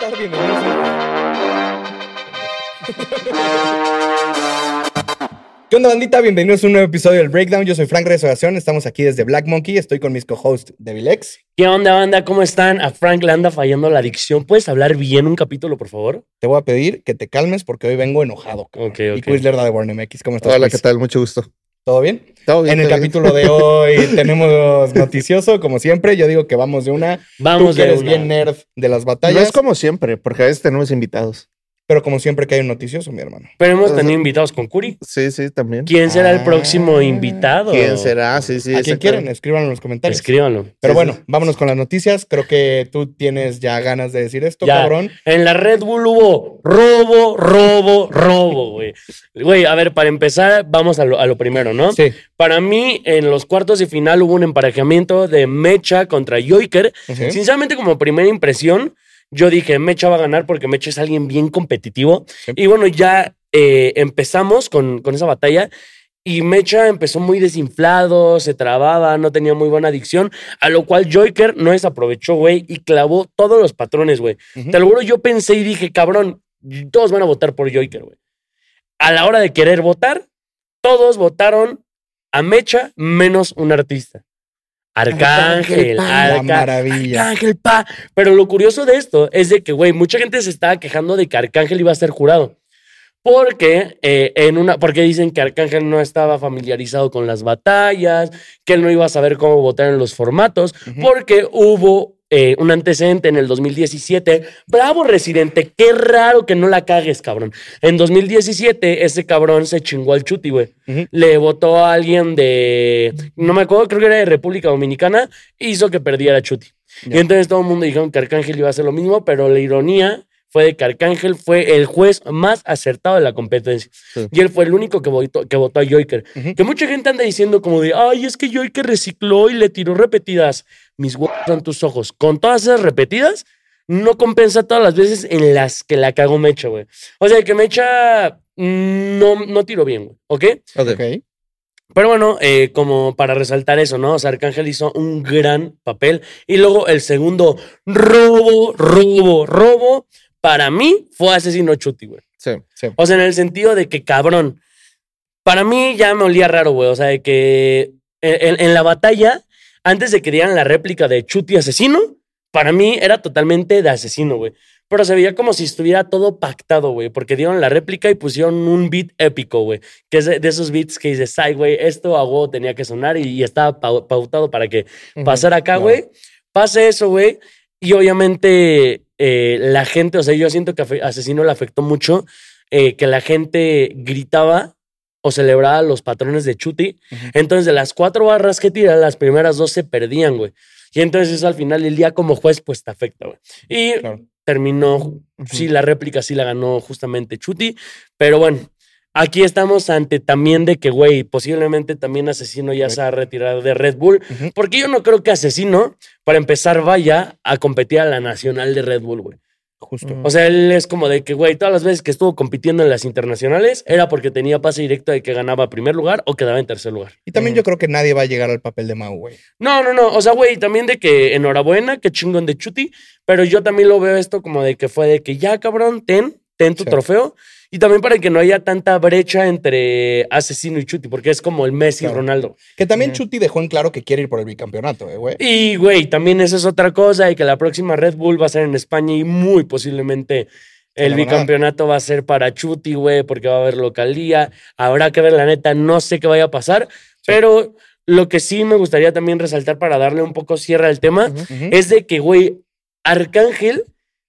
dar bienvenidos ¿Qué onda, bandita? Bienvenidos a un nuevo episodio del Breakdown. Yo soy Frank Resurrección. Estamos aquí desde Black Monkey. Estoy con mis co-hosts Devilex. ¿Qué onda, banda? ¿Cómo están? A Frank le anda fallando la adicción. ¿Puedes hablar bien un capítulo, por favor? Te voy a pedir que te calmes porque hoy vengo enojado. cabrón. Ok, Y ok. Quizler de Warner MX. ¿Cómo estás? Hola, Quiz? ¿qué tal? Mucho gusto. ¿Todo bien? ¿Todo bien, En el todo bien? capítulo de hoy tenemos noticioso, como siempre. Yo digo que vamos de una. Tú Vamos que de eres una. bien nerd de las No batallas. es como siempre, porque a veces tenemos invitados. Pero como siempre que hay un noticioso, mi hermano. Pero hemos tenido invitados con Curi. Sí, sí, también. ¿Quién será Ah. el próximo invitado? ¿Quién será? Sí, sí. ¿A quién exactamente. quieren? Escríbanlo en los comentarios. Escríbanlo. Pero Sí, bueno, sí. vámonos con las noticias. Creo que tú tienes ya ganas de decir esto, Ya. cabrón. En la Red Bull hubo robo, robo, robo, güey. Güey, a ver, para empezar, vamos a lo, a lo primero, ¿no? Sí. Para mí, en los cuartos de final hubo un emparejamiento de Mecha contra Joiker. Ujú. Sinceramente, como primera impresión, yo dije, Mecha va a ganar porque Mecha es alguien bien competitivo. Sí. Y bueno, ya eh, empezamos con, con esa batalla. Y Mecha empezó muy desinflado, se trababa, no tenía muy buena adicción, a lo cual Joker no desaprovechó, güey, y clavó todos los patrones, güey. Ujú. Te lo juro, yo pensé y dije, cabrón, todos van a votar por Joker, güey. A la hora de querer votar, todos votaron a Mecha menos un artista. Arcángel, La Arcángel. maravilla. Arcángel, pa. Pero lo curioso de esto es de que, güey, mucha gente se estaba quejando de que Arcángel iba a ser jurado. Porque, eh, en una, porque dicen que Arcángel no estaba familiarizado con las batallas, que él no iba a saber cómo votar en los formatos, Ujú. porque hubo eh, un antecedente en el 2017. Bravo, residente, qué raro que no la cagues, cabrón. En 2017, ese cabrón se chingó al chuti, güey Ujú. le votó a alguien de, no me acuerdo, creo que era de República Dominicana, hizo que perdiera Chuti. Ya. Y entonces todo el mundo dijeron que Arcángel iba a hacer lo mismo, pero la ironía fue de que Arcángel fue el juez más acertado de la competencia. Sí. Y él fue el único que votó, que votó a Joker. Ujú. Que mucha gente anda diciendo como de, ay, es que Joker recicló y le tiró repetidas. Mis huevos son tus ojos. Con todas esas repetidas, no compensa todas las veces en las que la cagó Mecha, güey. O sea, que Mecha mm, no, no tiró bien, güey. ¿Ok? Ok. Ok. Pero bueno, eh, como para resaltar eso, ¿no? O sea, Arcángel hizo un gran papel. Y luego el segundo robo, robo, robo, para mí fue Asesino Chuti, güey. Sí. O sea, en el sentido de que, cabrón, para mí ya me olía raro, güey. O sea, de que en, en- en la batalla, antes de que dieran la réplica de Chuti Asesino, para mí era totalmente de asesino, güey. Pero se veía como si estuviera todo pactado, güey, porque dieron la réplica y pusieron un beat épico, güey que es de, de esos beats que dices, ay, güey, esto a huevo tenía que sonar y, y estaba pau- pautado para que Ujú, pasara acá, claro. güey. Pase eso, güey. Y obviamente eh, la gente, o sea, yo siento que afe- Asesino le afectó mucho eh, que la gente gritaba o celebraba los patrones de Chuti. Ujú. Entonces, de las cuatro barras que tira, las primeras dos se perdían, güey. Y entonces eso al final del día como juez, pues te afecta, güey. Y Claro. terminó, sí, la réplica sí la ganó justamente Chuti, pero bueno, aquí estamos ante también de que, güey, posiblemente también Asesino ya se ha retirado de Red Bull, Ujú. porque yo no creo que Asesino, para empezar, vaya a competir a la nacional de Red Bull, güey. Justo. Ujú. O sea, él es como de que, güey, todas las veces que estuvo compitiendo en las internacionales era porque tenía pase directo de que ganaba primer lugar o quedaba en tercer lugar. Y también yo creo que nadie va a llegar al papel de Mau, güey. No, no, no. O sea, güey, también de que enhorabuena, que chingón de Chuti. Pero yo también lo veo esto como de que fue de que ya, cabrón, ten, ten tu Sí. trofeo. Y también para que no haya tanta brecha entre Asesino y Chuti, porque es como el Messi y Claro. Ronaldo. Que también Ujú. Chuti dejó en claro que quiere ir por el bicampeonato, eh, güey. Y, güey, también esa es otra cosa, y que la próxima Red Bull va a ser en España y muy posiblemente la van a el dar. bicampeonato va a ser para Chuti, güey, porque va a haber localía. Habrá que ver, la neta, no sé qué vaya a pasar, pero lo que sí me gustaría también resaltar para darle un poco cierre al tema Ujú. Ujú. es de que, güey, Arcángel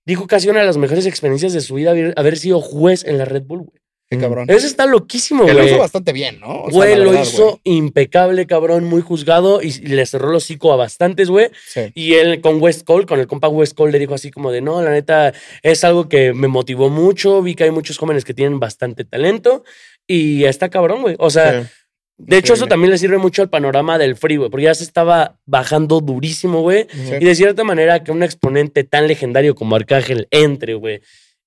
dijo casi una de las mejores experiencias de su vida haber, haber sido juez en la Red Bull, güey. Qué cabrón. Eso está loquísimo, Que lo güey. hizo bastante bien, ¿no? O sea, Güey, la lo verdad, hizo güey. impecable, cabrón, muy juzgado y, y le cerró el hocico a bastantes, güey. Sí. Y él con West Cole, con el compa West Cole, le dijo así como de, no, la neta, es algo que me motivó mucho, vi que hay muchos jóvenes que tienen bastante talento y está cabrón, güey. O sea, Sí. de hecho eso increíble. también le sirve mucho al panorama del free, güey, porque ya se estaba bajando durísimo, güey. Y de cierta manera que un exponente tan legendario como Arcángel entre, güey,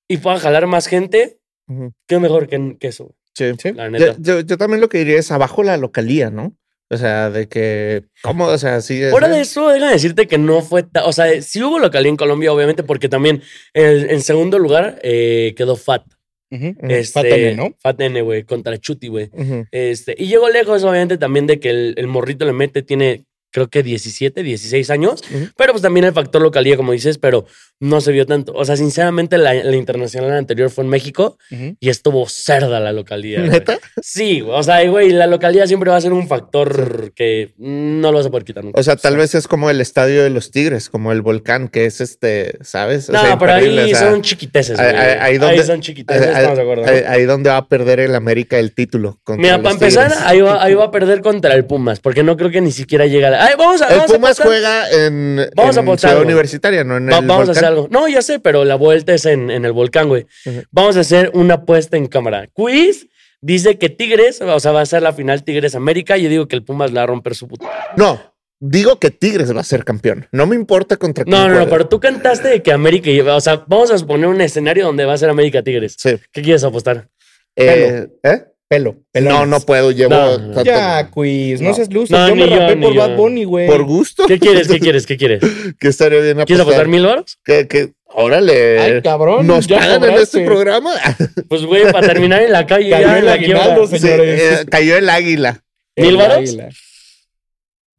y pueda jalar más gente, Ujú. qué mejor que, que eso. Sí. Sí. La Yo, neta. yo- yo también lo que diría es abajo la localía, ¿no? O sea, de que. ¿Cómo? O sea, sí. Fuera ajá. de eso, déjame decirte que no fue. ta- O sea, sí hubo localía en Colombia, obviamente, porque también en, en segundo lugar eh, quedó Fat. Ujú. Ujú. Este, Fat N, ¿no? Fat N, güey, contra Chuti, güey. Ujú. Este, y llegó lejos, obviamente, también de que el, el morrito le mete, tiene creo que 17, 16 años, Ujú. pero pues también el factor localía, como dices, pero no se vio tanto. O sea, sinceramente, la, la internacional anterior fue en México Ujú. y estuvo cerda la localía. güey. ¿Neta? Sí, güey, o sea, güey, la localidad siempre va a ser un factor que no lo vas a poder quitar nunca. O sea, tal vez es como el estadio de los Tigres, como el volcán, que es este, ¿sabes? O No, sea, pero ahí imperdible, o sea, son chiquiteses, ahí- güey. ahí- ahí Ahí, donde- son chiquiteses, ahí- estamos de acuerdo. ahí, ahí donde va a perder el América el título. contra Mira, los para empezar, Tigres. ahí va, ahí va a perder contra el Pumas, porque no creo que ni siquiera llegue a la... Ay, vamos a, El vamos a Pumas apostar. juega en, Vamos a en apostar, Ciudad güey. Universitaria, no en Va- el vamos a volcán. hacer algo. No, ya sé, pero la vuelta es en, en el volcán, güey. Ujú. Vamos a hacer una apuesta en cámara. Quiz dice que Tigres, o sea, va a ser la final Tigres América. Yo digo que el Pumas la va a romper su puta. No, digo que Tigres va a ser campeón. No me importa contra quién No, no, no, juegue. pero tú cantaste de que América. lleva- O sea, vamos a suponer un escenario donde va a ser América Tigres. Sí. ¿Qué quieres apostar? Eh, ¿eh? Pelo. pelones. No, no puedo. Llevo No, no, no. tanto- Ya, quiz. No, No. seas luz. No, yo me ni yo, rapé ni por yo. Bad Bunny, güey. por gusto. ¿Qué quieres? ¿Qué quieres? ¿Qué quieres? Que estaría bien ¿Quieres apostar apostar. mil dólares? Que, que, órale. Ay, cabrón. Nos ya pagan en cobraste. este programa. Pues, güey, para terminar en la calle. Cayó ya, el la aguinaldo, Sí, quiebra. señores. eh, cayó el águila. El ¿Mil varos? águila.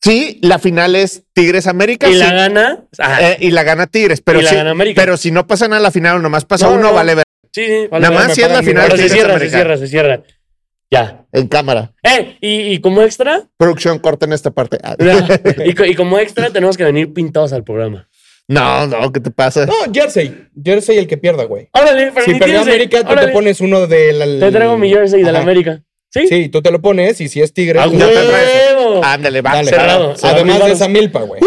Sí, la final es Tigres América. Y sí. Eh, la gana. Y la, Ajá, gana Tigres, pero, y la si, gana América. pero si no pasan a la final, nomás pasa No, uno, no. vale ver. sí, sí. vale, Nada vale. más si es la pagan final Ahora se Tigres cierra, se América. cierra, se cierra. Ya. En cámara. Eh, y, y como extra, Producción corta en esta parte. Ah. y, co- y como extra tenemos que venir pintados al programa. No, no, ¿qué te pasa? No, jersey. Jersey el que pierda, güey. Órale, pero Si ni perdió tienes- América, tú órale, te pones uno de la. te traigo mi jersey de la Ajá. América. ¿Sí? Sí, tú te lo pones y si es tigre. ¡A tú- no Ah, te traes. huevo! Ah, Ándale, va. Dale. Cerrado. cerrado. Uh, Cerrado. Además Mil de varos. esa milpa, güey.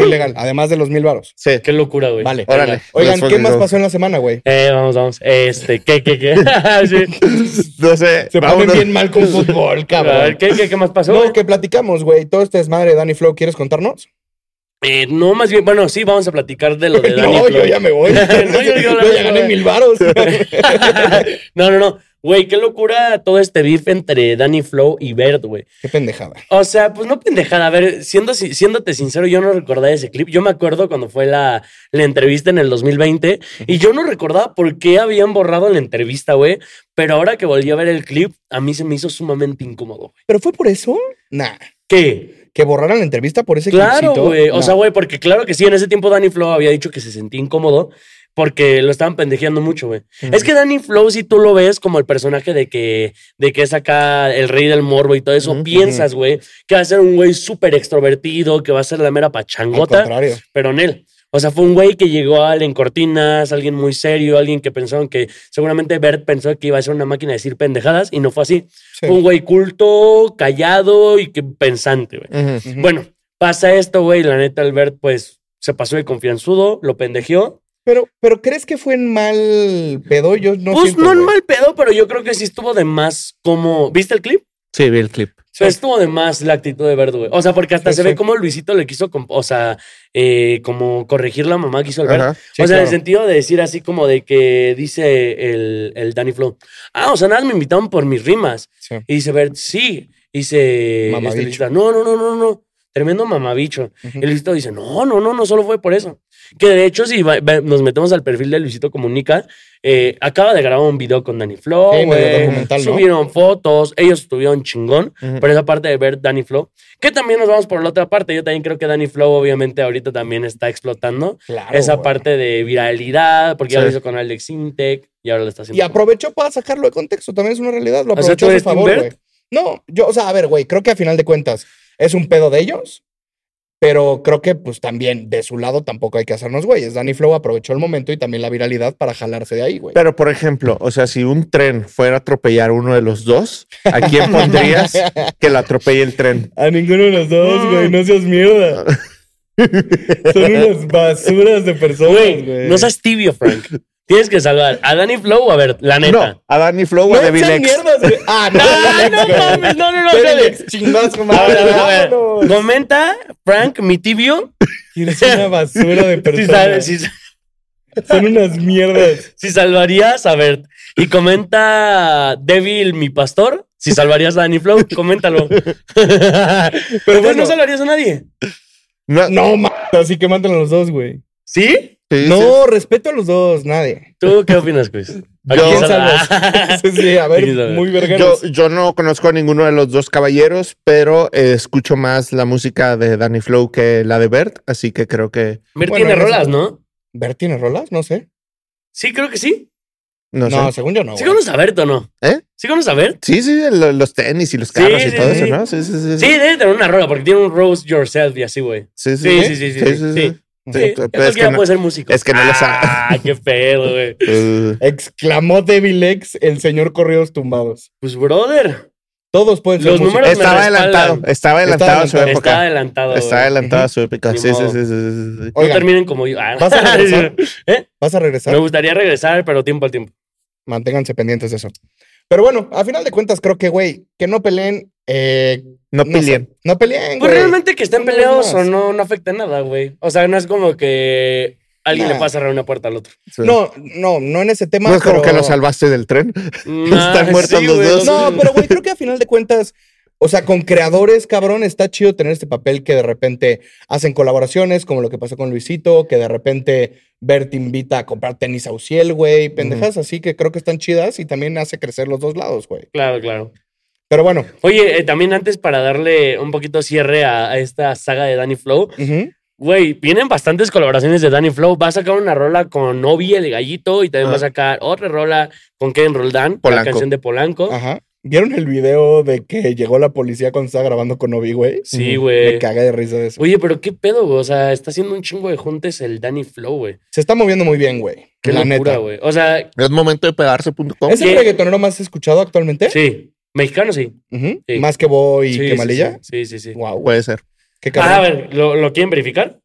Muy legal. Además de los mil varos. Sí. ¡Qué locura, güey! Vale. Órale. Oigan, Los ¿qué más fucking pasó en la semana, güey? Eh, vamos, vamos. Este, ¿qué, qué, qué? Sí. No sé. Se ponen vámonos. bien mal con fútbol, Ah, A ver, cabrón. ¿qué, qué, qué más pasó? Eh, güey? No, que platicamos, güey. Todo este desmadre, Danny Flow, ¿quieres contarnos? Eh, no, más bien, bueno, sí, vamos a platicar de lo de Dani. No, Flow. yo ya me voy. No, yo- yo Yo la- ya gané mil varos. no, no, no. Güey, qué locura todo este beef entre Danny Flow y Bert, güey. Qué pendejada. O sea, pues no pendejada. A ver, siendo, si- siéndote sincero, yo no recordaba ese clip. Yo me acuerdo cuando fue la, la entrevista en el 2020 y yo no recordaba por qué habían borrado la entrevista, güey. Pero ahora que volví a ver el clip, a mí se me hizo sumamente incómodo, güey. ¿Pero fue por eso? Nah. ¿Qué? Que borraran la entrevista por ese Claro, clipcito? güey. O Nah. sea, güey, porque claro que sí, en ese tiempo Danny Flow había dicho que se sentía incómodo porque lo estaban pendejeando mucho, güey. Es que Danny Flow, si tú lo ves como el personaje de que, de que es acá el rey del morbo y todo eso, Ujú. piensas, güey, que va a ser un güey súper extrovertido, que va a ser la mera Al pachangota, contrario. pero en él. O sea, fue un güey que llegó al en cortinas, alguien muy serio, alguien que pensaron que seguramente Bert pensó que iba a ser una máquina de decir pendejadas y no fue así. Sí. Fue un güey culto, callado y que pensante, güey. Ujú. Ujú. Bueno, pasa esto, güey. La neta, Albert, pues se pasó de confianzudo, lo pendejeó. Pero, pero ¿crees que fue en mal pedo? Yo no pues siento, no en güey. mal pedo, pero yo creo que sí estuvo de más como. ¿Viste el clip? Sí, vi el clip. O sea, estuvo de más la actitud de Bert, güey. O sea, porque hasta Sí, se sí. ve como Luisito le quiso, comp- o sea, eh, como corregir la mamá que hizo Albert. Ajá. Sí, o sea, en el claro. sentido de decir así como de que dice el, el Danny Flow, ah, o sea, nada, más me invitaron por mis rimas. Sí. Y dice Bert, sí. Y dice, Mamabicho. este Luisito, no, no, no, no, no. Tremendo mamabicho. Ujú. Y Luisito dice, no, no, no, no solo fue por eso. Que de hecho, si va- va- nos metemos al perfil de Luisito Comunica, eh, acaba de grabar un video con Danny Flow, Sí, medio güey. documental, ¿no? subieron fotos, ellos estuvieron chingón Ujú. por esa parte de ver Danny Flow, que también nos vamos por la otra parte. Yo también creo que Danny Flow obviamente ahorita también está explotando Claro, esa güey. parte de viralidad, porque ya lo Sí. hizo con Alex Intec y ahora lo está haciendo. Y aprovechó para sacarlo de contexto, también es una realidad. Lo O sea, aprovechó ¿tú a eres su favor, Tim güey. No, yo, o sea, a ver, güey, creo que a final de cuentas es un pedo de ellos, pero creo que pues también de su lado tampoco hay que hacernos güeyes. Danny Flow aprovechó el momento y también la viralidad para jalarse de ahí, güey. Pero, por ejemplo, o sea, si un tren fuera a atropellar uno de los dos, ¿a quién pondrías que lo atropelle el tren? A ninguno de los dos, güey, no seas mierda. Son unas basuras de personas, Güey, no seas tibio, Frank. Tienes que salvar a Danny Flow, a ver, la neta. No, a Danny Flow o a Devil X. mierdas, güey. Ah, no, Ah, no güey. mames, no, no, no, Devil espérate. X, chingazo, A ver, a ver, a ver. vámonos. Comenta, Frank, mi tibio. Eres una basura de Si, personas. sal- si- Son unas mierdas. si salvarías, a ver. Y comenta, débil, mi pastor. Si salvarías a Danny Flow, coméntalo. Pero bueno. no salvarías a nadie. No, No, ma- así que mándenlo a los dos, güey. ¿Sí? sí, sí. No, respeto a los dos, nadie. ¿Tú qué opinas, Chris? ¿A Yo- quién ¿Quién salvas? Sí, sí, a Sí, ver, sabe. muy Yo, verganos. yo no conozco a ninguno de los dos caballeros, pero eh, escucho más la música de Danny Flow que la de Bert, así que creo que Mir Bueno, tiene en eso- rolas, ¿no? ¿Bert tiene rolas? No sé. Sí, creo que sí. no, No, sé. según yo no. ¿Sí güey. conoces a Bert o no? ¿Eh? ¿Sí conoces a Bert? Sí, sí, lo- los tenis y los Sí, carros y sí, todo sí. eso, ¿no? Sí, sí, sí. Sí, debe tener una rola porque tiene un Rose Yourself y así, güey. sí, Sí, sí, sí, sí. Sí, sí, sí. Sí, Sí, ya pero es que cualquiera no- puede ser músico. es que no lo sabe. Ah, qué pedo, güey. Eh, Exclamó Devil X, el señor Correos Tumbados. Pues, brother, Todos pueden ser Los músicos. números- estaba me respaldan. adelantado, estaba adelantado a su adelantado. está época. adelantado. Está güey. adelantado a su época. Ni Sí, sí, modo. sí, sí, sí, sí. No Oigan, terminen como yo. Ah. ¿vas a regresar? ¿Vas a regresar? Me gustaría regresar, pero tiempo al tiempo. Manténganse pendientes de eso. Pero bueno, a final de cuentas, creo que, güey, que no peleen. eh, No no, sé, pilien. no peleen, Pues güey. realmente que estén No, no peleados o más. no, no afecta nada, güey. O sea, no es como que alguien Nah. le pueda cerrar una puerta al otro. Sí. No, no, no en ese tema. No es como pero- que lo salvaste del tren. Están Nah, muertos los güey, dos. No, pero güey, creo que a final de cuentas, o sea, con creadores, cabrón, está chido tener este papel que de repente hacen colaboraciones, como lo que pasó con Luisito, que de repente Bert invita a comprar tenis a Uciel, güey, pendejas, así que creo que están chidas y también hace crecer los dos lados, güey. Claro, claro. Pero bueno, Oye, eh, también antes para darle un poquito cierre a, a esta saga de Danny Flow, ujú, güey, vienen bastantes colaboraciones de Danny Flow. Va a sacar una rola con Obi, el gallito, y también Ah. va a sacar otra rola con Kevin Roldán, la Polanco. canción de Polanco. ajá. ¿Vieron el video de que llegó la policía cuando estaba grabando con Obi, güey? Sí, Ujú. Me güey. cagué de risa de eso. Oye, pero qué pedo, güey. O sea, está haciendo un chingo de juntes el Danny Flow, güey. Se está moviendo muy bien, güey. Qué la locura, neta. güey. O sea, Es momento de pegarse.com. ¿Es el ¿Qué? reggaetonero más escuchado actualmente? sí, mexicano sí. Ujú, Sí. Más que Boy y Sí, que sí, Malilla. Sí, sí, sí. sí. Wow, güey. Puede ser. Qué Ah, a cabrón. ver, ¿lo, lo quieren verificar?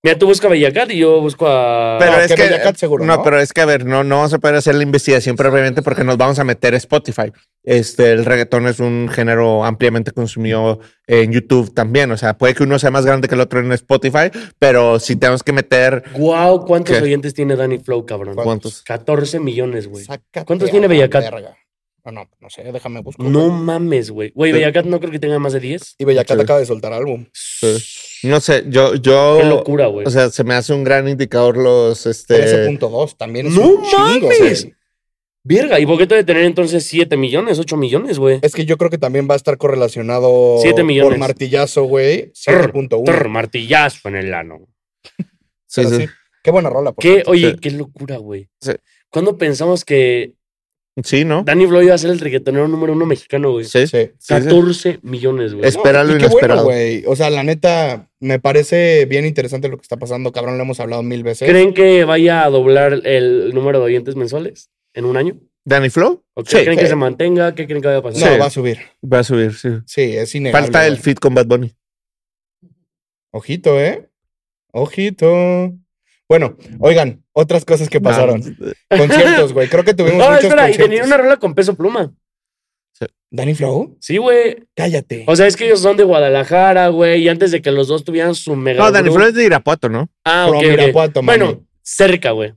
Mira, tú busca a Bellacat y yo busco a. Pero No, es Ah, que que, eh, Bellacat seguro, no, ¿no? pero es que a ver, no, no vamos a poder hacer la investigación previamente porque nos vamos a meter a Spotify. Este, el reggaetón es un género ampliamente consumido en YouTube también. O sea, puede que uno sea más grande que el otro en Spotify, pero si tenemos que meter Guau, ¿cuántos ¿Qué? oyentes tiene Danny Flow, cabrón? cuántos. 14 millones, güey. Sácate ¿Cuántos a tiene la Bellacat? verga. No, no, no sé, déjame buscar. No mames, güey. Güey, Sí. Bellacat no creo que tenga más de 10. Y Bellacat Sí. acaba de soltar álbum. Eh, No sé, yo, Qué yo, locura, güey. o sea, se me hace un gran indicador los, este, 13.2 también es ¡No un chingo, o sea, mames! Verga, ¿y Boqueto debe tener entonces 7 millones, 8 millones, güey? es que yo creo que también va a estar correlacionado Siete millones. por martillazo, güey. Trr, trr, 7.1. Martillazo en el ano. sí, Pero sí, sí, Qué buena rola, por ¿Qué? cierto. Oye, Sí. qué locura, güey. Sí. ¿Cuándo pensamos que sí, ¿no? Danny Flow iba a ser el reggaetonero número uno mexicano, güey? Sí, sí, Sí. sí. 14 millones, güey. Es- Espera No, lo y qué bueno, inesperado. güey. O sea, la neta, me parece bien interesante lo que está pasando, cabrón. Lo hemos hablado mil veces. ¿Creen que vaya a doblar el número de oyentes mensuales en un año? Danny Flow. ¿O qué Sí, creen sí. que se mantenga? ¿Qué creen que vaya a No, pasar? Sí. va a subir. va a subir, sí. Sí, es innegable. Falta el güey. fit con Bad Bunny. Ojito, ¿eh? Ojito. Bueno, oigan, otras cosas que pasaron. Conciertos, güey. Creo que tuvimos Ah, muchos espera, y conciertos. tenía una rola con peso pluma. ¿Danny Flow? Sí, güey. Cállate. O sea, es que ellos son de Guadalajara, güey. Y antes de que los dos tuvieran su mega. No, Danny group- Flow es de Irapuato, ¿no? Ah, ok. From ok. Irapuato, mami. Bueno, cerca, güey.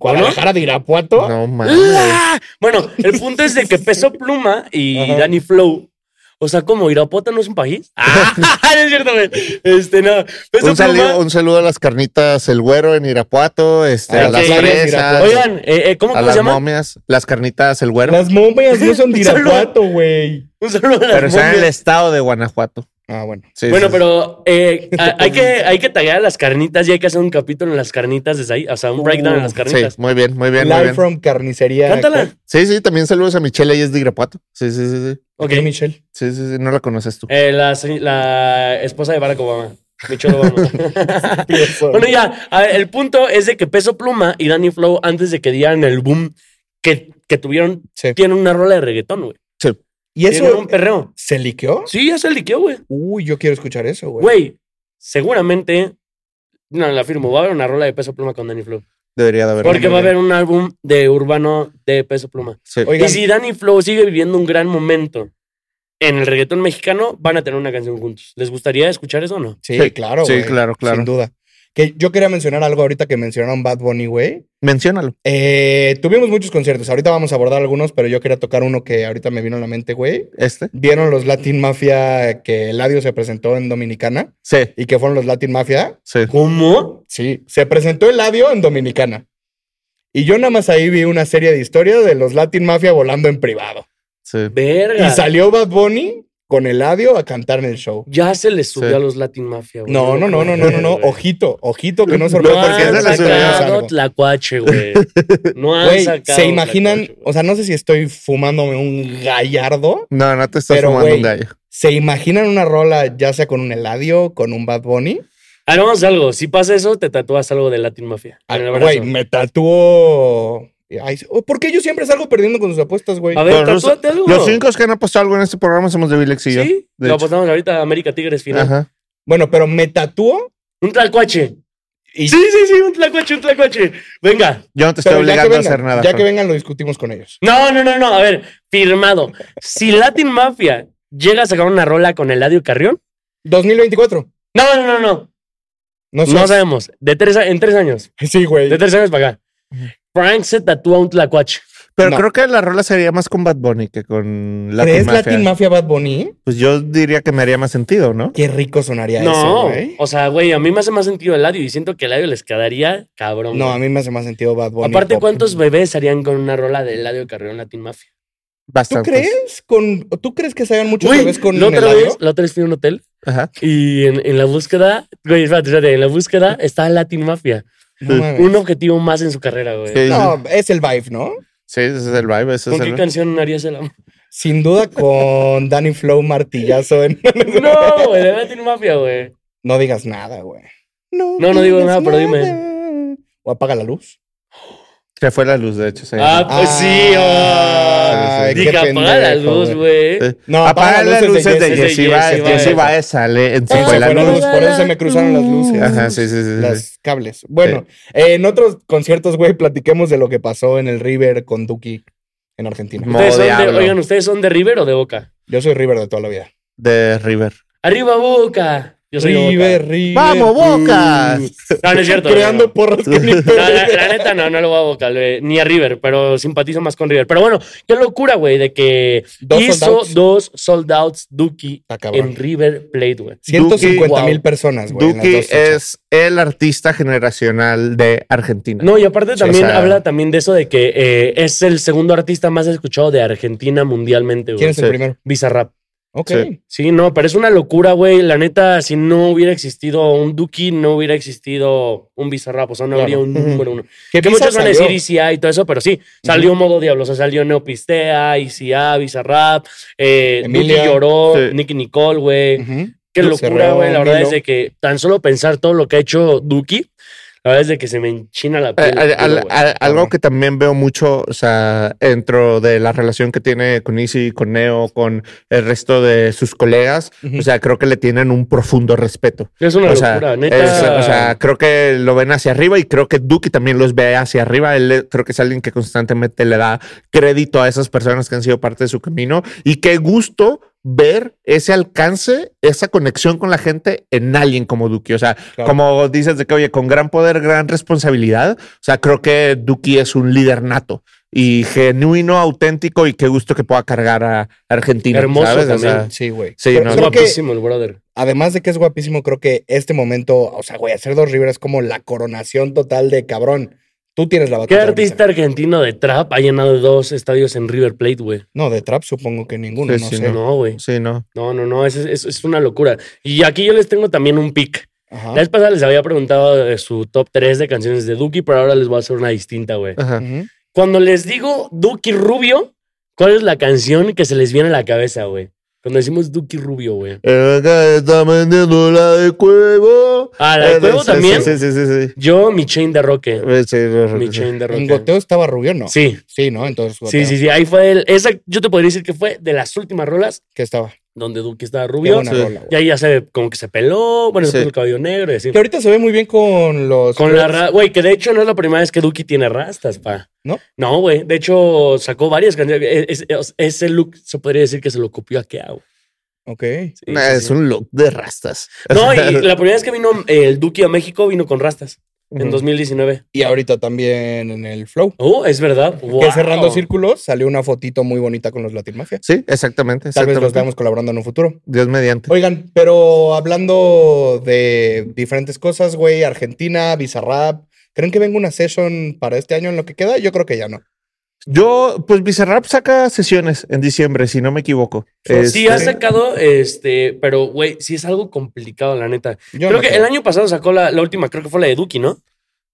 ¿Guadalajara de Irapuato? No mames. ¡Ah! Bueno, el punto es de que Peso Pluma y Ajá. Danny Flow. O sea, como Irapuato no es un país. Ah, no es cierto, güey. Este, no. Peso Un saludo, Pluma. un saludo a las carnitas El Güero en Irapuato, este, Ah, a las sí, fresas, Oigan, eh, eh, ¿cómo, a cómo se las llama? momias, las carnitas El Güero. Las momias no son de Solo- Irapuato, güey. Un saludo a las pero está en el momias. estado de Guanajuato. Ah, bueno. Sí, Bueno, sí, pero eh, a- hay, que, hay que taggear a las carnitas y hay que hacer un capítulo en las carnitas desde ahí. O sea, un breakdown en las Uh, sí, carnitas. muy bien, muy bien, muy Live bien. from Carnicería. Cántala. Sí, sí, también saludos a Michelle, ella es de Irapuato. Sí, sí, sí, sí. Ok. Ok, Michelle. Sí, sí, sí, no la conoces tú. Eh, la, se- la esposa de Barack Obama. Michelle Obama. bueno, ya. a ver, el punto es de que Peso Pluma y Danny Flow, antes de que dieran el boom que, que tuvieron, Sí. tienen una rola de reggaetón, güey. ¿Y Tienen un eso perreo. se liqueó? Sí, ya se liqueó, güey. Uy, yo quiero escuchar eso, güey. Güey, seguramente. No, la firmo. Va a haber una rola de Peso Pluma con Danny Flow. Debería de haber. Porque va a haber un álbum de urbano de Peso Pluma. Sí. Oigan, Y si Danny Flow sigue viviendo un gran momento en el reggaetón mexicano, van a tener una canción juntos. ¿Les gustaría escuchar eso o no? sí, Sí, claro, sí, güey. claro, claro. Sin duda. Que yo quería mencionar algo ahorita que mencionaron Bad Bunny, güey. Menciónalo. Eh, tuvimos muchos conciertos. Ahorita vamos a abordar algunos, pero yo quería tocar uno que ahorita me vino a la mente, güey. ¿Este? ¿Vieron los Latin Mafia que Eladio se presentó en Dominicana? Sí, ¿Y que fueron los Latin Mafia? sí. ¿Cómo? Sí, se presentó Eladio en Dominicana. Y yo nada más ahí vi una serie de historias de los Latin Mafia volando en privado. Sí. Verga. Y salió Bad Bunny con Eladio a cantar en el show. Ya se les subió Sí. a los Latin Mafia, güey. No, no, no, no, no, no, no. güey. Ojito, ojito que no se No, olviden porque algo. esa la subió. Algo. sacado Tlacuache, güey. No han Güey, sacado se imaginan, Tlacuache, güey. o sea, no sé si estoy fumándome un gallardo. No, no te estás Pero, fumando güey. un gallo. ¿Se imaginan una rola ya sea con un Eladio, con un Bad Bunny? Hagamos algo. Si pasa eso, te tatúas algo de Latin Mafia. Ah, En el brazo. Güey, me tatuó. Ay, ¿Por qué yo siempre salgo perdiendo con sus apuestas, güey? A ver, Pero los- tatúate algo. Los cinco que han apostado algo en este programa somos de Vilex y yo. Sí, de lo hecho. apostamos ahorita a América Tigres final. Ajá. Bueno, pero me tatuó. Un tlacuache. Y- Sí, sí, sí, un tlacuache, un tlacuache. Venga. Yo no te estoy Pero ya que obligando vengan, a hacer nada. ya que Fran. vengan lo discutimos con ellos. No, no, no, no. A ver, firmado. Si Latin Mafia llega a sacar una rola con Eladio Carrión. 2024. No, no, no, no. No sé. No sabemos. De tres, a- en tres años. sí, güey. De tres años para acá. Frank se tatúa un tlacuache. Pero No. creo que la rola sería más con Bad Bunny que con Latin ¿Crees Mafia. Latin Mafia Bad Bunny? Pues yo diría que me haría más sentido, ¿no? Qué rico sonaría eso, No, güey. o sea, güey, a mí me hace más sentido Eladio y siento que Eladio les quedaría cabrón. No, güey. a mí me hace más sentido Bad Bunny. Aparte, pop. ¿cuántos bebés harían con una rola de Eladio Carrión Latin Mafia? ¿Tú Bastante. crees? Con, ¿Tú crees que salgan muchos Güey, bebés con la otra Eladio? vez, la otra vez fui a un hotel Ajá. Y en, en la búsqueda, güey, espérate, espérate, en la búsqueda está Latin Mafia. No, Sí. mames. Un objetivo más en su carrera, güey. Sí, No, es el vibe, ¿no? sí, ese es el vibe. Ese es ¿Con qué el... canción harías el amor? Sin duda con Danny Flow martillazo en... No, güey, de Latin Mafia, güey. No digas nada, güey. No, No, no digo digas nada, pero dime. nada. O apaga la luz. Se fue la luz, de hecho. sí. Ah, pues sí, Ah, ah. qué Diga, apaga la pendejo, luz, güey. Sí. No, Apaga las luces de Jesse Jessy Baez. Baez. Jessy Baez. Baez sale en Se Sí, fue la luz. Por eso Ah, se me cruzaron las luces. Ajá, sí, sí, sí. sí. Las cables. Bueno, eh, en otros conciertos, güey, platiquemos de lo que pasó en el River con Duki en Argentina. Mo- Ustedes son de- diablo. oigan, ¿ustedes son de River o de Boca? Yo soy River de toda la vida. De River. ¡Arriba, Boca! Yo soy de River, River. ¡Vamos, Boca! Boca. No, no es cierto. no, Creando no. porras que ni No, la, la neta no, no lo voy a Boca, güey, ni a River, pero simpatizo más con River. Pero bueno, qué locura, güey, de que Dos sold hizo outs. dos sold outs Duki Está en cabrón. River Plate, güey. 150 mil Duki, personas, güey. en las Duki dos fechas. es el artista generacional de Argentina. No, y aparte también o sea- habla también de eso de que eh, es el segundo artista más escuchado de Argentina mundialmente, ¿Quién güey. es el Sí. primero? Bizarrap. Ok. Sí. Sí, no, pero es una locura, güey. La neta, si no hubiera existido un Duki, no hubiera existido un Bizarrap. O sea, no Claro. habría un Ujú. número uno. ¿Qué Que muchos van a decir salió? ICA y todo eso, pero sí, salió modo diablo. O sea, salió Neopistea, ICA, Bizarrap, eh, Duki Emilia. lloró, Sí. Nicki Nicole, güey. Ujú. Qué Yo locura, cerré güey. La un verdad hilo. es de que tan solo pensar todo lo que ha hecho Duki, la verdad es de que se me enchina la Eh, piel. al- al- güey. al- algo Cabrón. que también veo mucho, o sea, dentro de la relación que tiene con Easy, con Neo, con el resto de sus colegas, Ujú. o sea, creo que le tienen un profundo respeto. es una o locura, sea, neta. es- o sea, creo que lo ven hacia arriba y creo que Duki también los ve hacia arriba. Él eh, creo que es alguien que constantemente le da crédito a esas personas que han sido parte de su camino y qué gusto ver ese alcance, esa conexión con la gente en alguien como Duki. O sea, Claro. como dices de que, oye, con gran poder, gran responsabilidad. O sea, creo que Duki es un líder nato y genuino, auténtico y qué gusto que pueda cargar a Argentina. Hermoso ¿sabes? O sea, también. Sí, güey. sí, Pero no, pues, es creo que guapísimo el brother. además de que es guapísimo, creo que este momento, o sea, güey, hacer dos River es como la coronación total de cabrón. Tú tienes la ¿Qué batalla. artista argentino de trap ha llenado dos estadios en River Plate, güey? No, de trap supongo que ninguno, Sí, no sí, sé. No, güey. sí, no. No, no, no. Es, es- es una locura. Y aquí yo les tengo también un pick. Ajá. La vez pasada les había preguntado de su top 3 de canciones de Duki, pero ahora les voy a hacer una distinta, güey. Ajá. Ujú. Cuando les digo Duki Rubio, ¿cuál es la canción que se les viene a la cabeza, güey? Cuando decimos Duki Rubio, güey. El que está vendiendo la de cuevo. Ah, la de Eh, Cuevo sí, también. Sí, sí, sí, sí. sí. Yo, mi chain de roque. Eh, sí, Mi chain de En roque. goteo estaba rubio, ¿no? Sí, Sí, ¿no? Entonces, sí, goteo. sí, sí. Ahí fue el. Esa, yo te podría decir que fue de las últimas rolas Que estaba. donde Duki estaba Qué rubio. buena sí. rola, güey. Y ahí ya se como que se peló. Bueno, se Sí. puso el cabello negro y así. Que ahorita se ve muy bien con los. Con la ra- Güey, que de hecho no es la primera vez que Duki tiene rastas, pa. Pues. ¿No? No, güey. e-, De hecho, sacó varias canciones. Es- es- es- ese look se podría decir que se lo copió a Keao. Ok. Sí, Nah, sí, es sí. un look de rastas. No, y la primera vez que vino eh, el Duki a México vino con rastas en 2019. Y ahorita también en el Flow. Oh, es verdad. Que Wow. cerrando círculos salió una fotito muy bonita con los Latin Mafia. Sí, exactamente. Tal vez los exactamente. veamos colaborando en un futuro. Dios mediante. Oigan, pero hablando de diferentes cosas, güey, Argentina, Bizarrap, ¿creen que venga una session para este año en lo que queda? Yo creo que ya no. Yo, pues Bizarrap saca sesiones en diciembre, si no me equivoco. Oh, Sí, Este, ha sacado, este, pero güey, sí es algo complicado, la neta. Yo creo no que el año pasado sacó la, la última, creo que fue la de Duki, ¿no?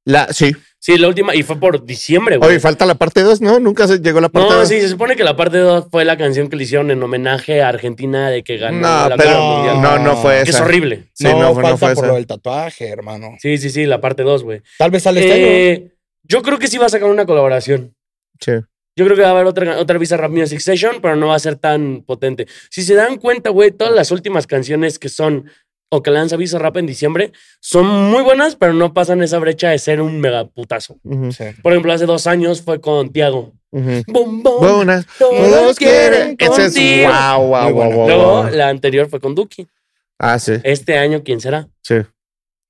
La, sí. Sí, la última, y fue por diciembre, güey. Oye, falta la parte 2, ¿no? Nunca se llegó la parte No, 2. sí, se supone que la parte 2 fue la canción que le hicieron en homenaje a Argentina de que ganó no, la pero Guerra Mundial. no, no fue Que es esa. horrible. Sí, no, no, fue- no falta fue por esa. lo del tatuaje, hermano. Sí, sí, sí, la parte 2, güey. Tal vez sale este año. Eh, yo creo que sí va a sacar una colaboración. Sí. Yo creo que va a haber otra, otra Visa Rap Music Session, pero no va a ser tan potente. Si se dan cuenta, güey, todas las últimas canciones que son o que lanza Visa Rap en diciembre son muy buenas, pero no pasan esa brecha de ser un megaputazo. Ujú, Sí. Por ejemplo, hace dos años fue con Tiago. ujú. Bombón. Buenas. todos Todos quieren quieren. Ese es contigo. wow, wow, Muy wow, buena. wow, Luego, wow. la anterior fue con Duki. Ah, sí, Este año, ¿quién será? sí.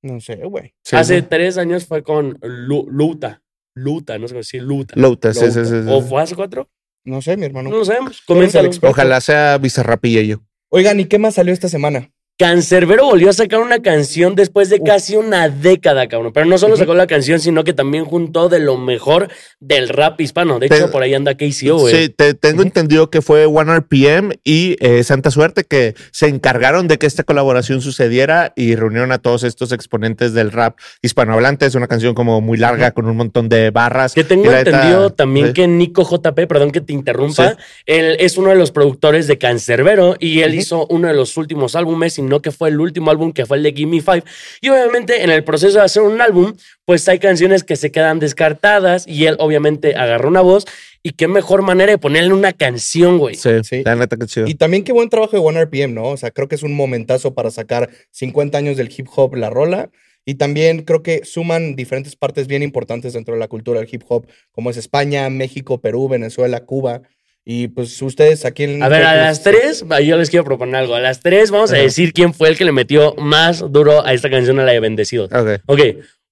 No sé, güey. sí, Hace sí. tres años fue con Lu- Luta. Luta, no sé cómo decir, Luta. Louta, sí, sí, Louta. sí, sí. ¿O fue hace cuatro? No sé, mi No hermano. lo sabemos. eres el Coméntalo. experto. Ojalá sea Bizarrapilla yo. Oigan, ¿y qué más salió esta semana? Cancerbero volvió a sacar una canción después de Uf. casi una década, cabrón. Pero no solo sacó la canción, sino que también juntó de lo mejor del rap hispano. De hecho, Pero- por ahí anda KCO, güey. Sí, te- tengo entendido que fue One RPM y eh, Santa Suerte que se encargaron de que esta colaboración sucediera y reunieron a todos estos exponentes del rap hispanohablante. Es una canción como muy larga con un montón de barras. Que tengo Y la neta, entendido también sí. que Nico JP, perdón que te interrumpa, Sí. él es uno de los productores de Cancerbero y él Ujú. hizo uno de los últimos álbumes, sino que fue el último álbum que fue el de Gimme Five. Y obviamente en el proceso de hacer un álbum, pues hay canciones que se quedan descartadas y él obviamente agarró una voz y qué mejor manera de ponerle una canción, güey. Sí, Sí. la neta que chido. Y también qué buen trabajo de One RPM, ¿no? O sea, creo que es un momentazo para sacar 50 años del hip hop, la rola. Y también creo que suman diferentes partes bien importantes dentro de la cultura del hip hop, como es España, México, Perú, Venezuela, Cuba. Y pues ustedes aquí en... A ver, a las tres, yo les quiero proponer algo. A las tres vamos a Ajá. decir quién fue el que le metió más duro a esta canción, a la de Bendecidos. Ok. Ok,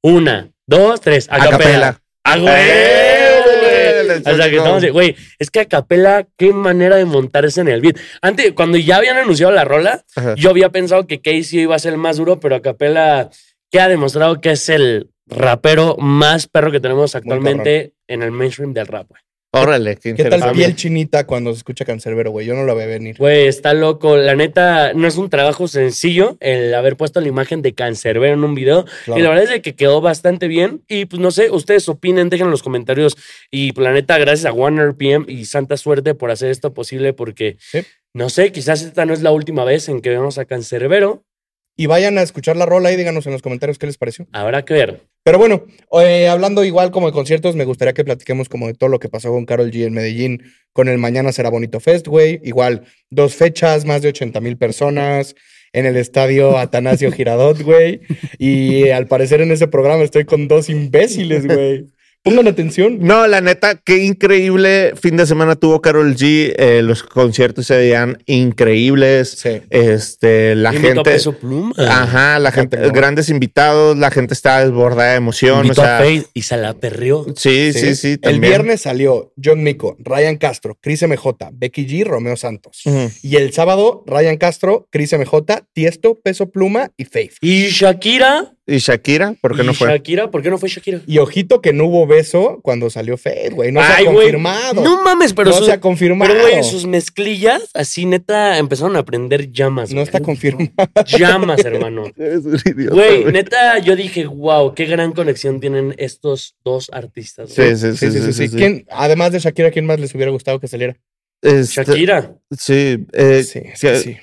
una, dos, tres. A capela. Acapela. A huevo, Eh, güey. let's Ah, O sea que go. estamos de- güey, es que a capela, qué manera de montarse en el beat. Antes, cuando ya habían anunciado la rola, Ajá. yo había pensado que Casey iba a ser el más duro, pero a capela que ha demostrado que es el rapero más perro que tenemos actualmente en el mainstream del rap, güey. Órale, qué ¿Qué tal interesante. piel chinita cuando se escucha Cancerbero, güey? Yo no la voy a venir. Güey, está loco. La neta, no es un trabajo sencillo el haber puesto la imagen de Cancerbero en un video. Claro. Y la verdad es de que quedó bastante bien. Y pues no sé, ustedes opinen, dejen en los comentarios. Y pues, la neta, gracias a OneRPM y Santa Suerte por hacer esto posible, porque Sí. no sé, quizás esta no es la última vez en que vemos a Cancerbero. Y vayan a escuchar la rola y díganos en los comentarios qué les pareció. Habrá que ver. Pero bueno, eh, hablando igual como de conciertos, me gustaría que platiquemos como de todo lo que pasó con Carol G en Medellín, con el Mañana Será Bonito Fest, güey. Igual, dos fechas, más de 80 mil personas en el estadio Atanasio Girardot, güey. Y eh, al parecer en ese programa estoy con dos imbéciles, güey. Pongan atención. No, la neta, qué increíble fin de semana tuvo Carol G. Eh, los conciertos se veían increíbles. Sí. Este, la Invitó a gente. Ah, Peso Pluma. Ajá, la gente, Gente, ¿no? grandes invitados, la gente estaba desbordada de emoción. Invitó o sea, a Faith y se la perreó. sí, sí, sí, El también. viernes salió John Mico, Ryan Castro, Cris MJ, Becky G, Romeo Santos. Ujú. Y el sábado, Ryan Castro, Cris MJ, Tiesto, Peso Pluma y Faith. ¿Y Shakira? ¿Y Shakira? ¿Por qué ¿Y no fue? Shakira? ¿Por qué no fue Shakira? Y ojito que no hubo beso cuando salió Fed, güey. No se Ay, ha güey, confirmado. No mames, pero No su- se ha confirmado. Pero, güey, sus mezclillas, así neta, empezaron a prender llamas. No güey. está confirmado. Llamas, hermano. Es un idiota, Güey, güey. neta, yo dije, wow, qué gran conexión tienen estos dos artistas. güey. Sí, sí, sí, sí, sí, sí. ¿Quién- además de Shakira, ¿quién más les hubiera gustado que saliera? Este, Shakira. Sí, eh, sí, sí, que- sí.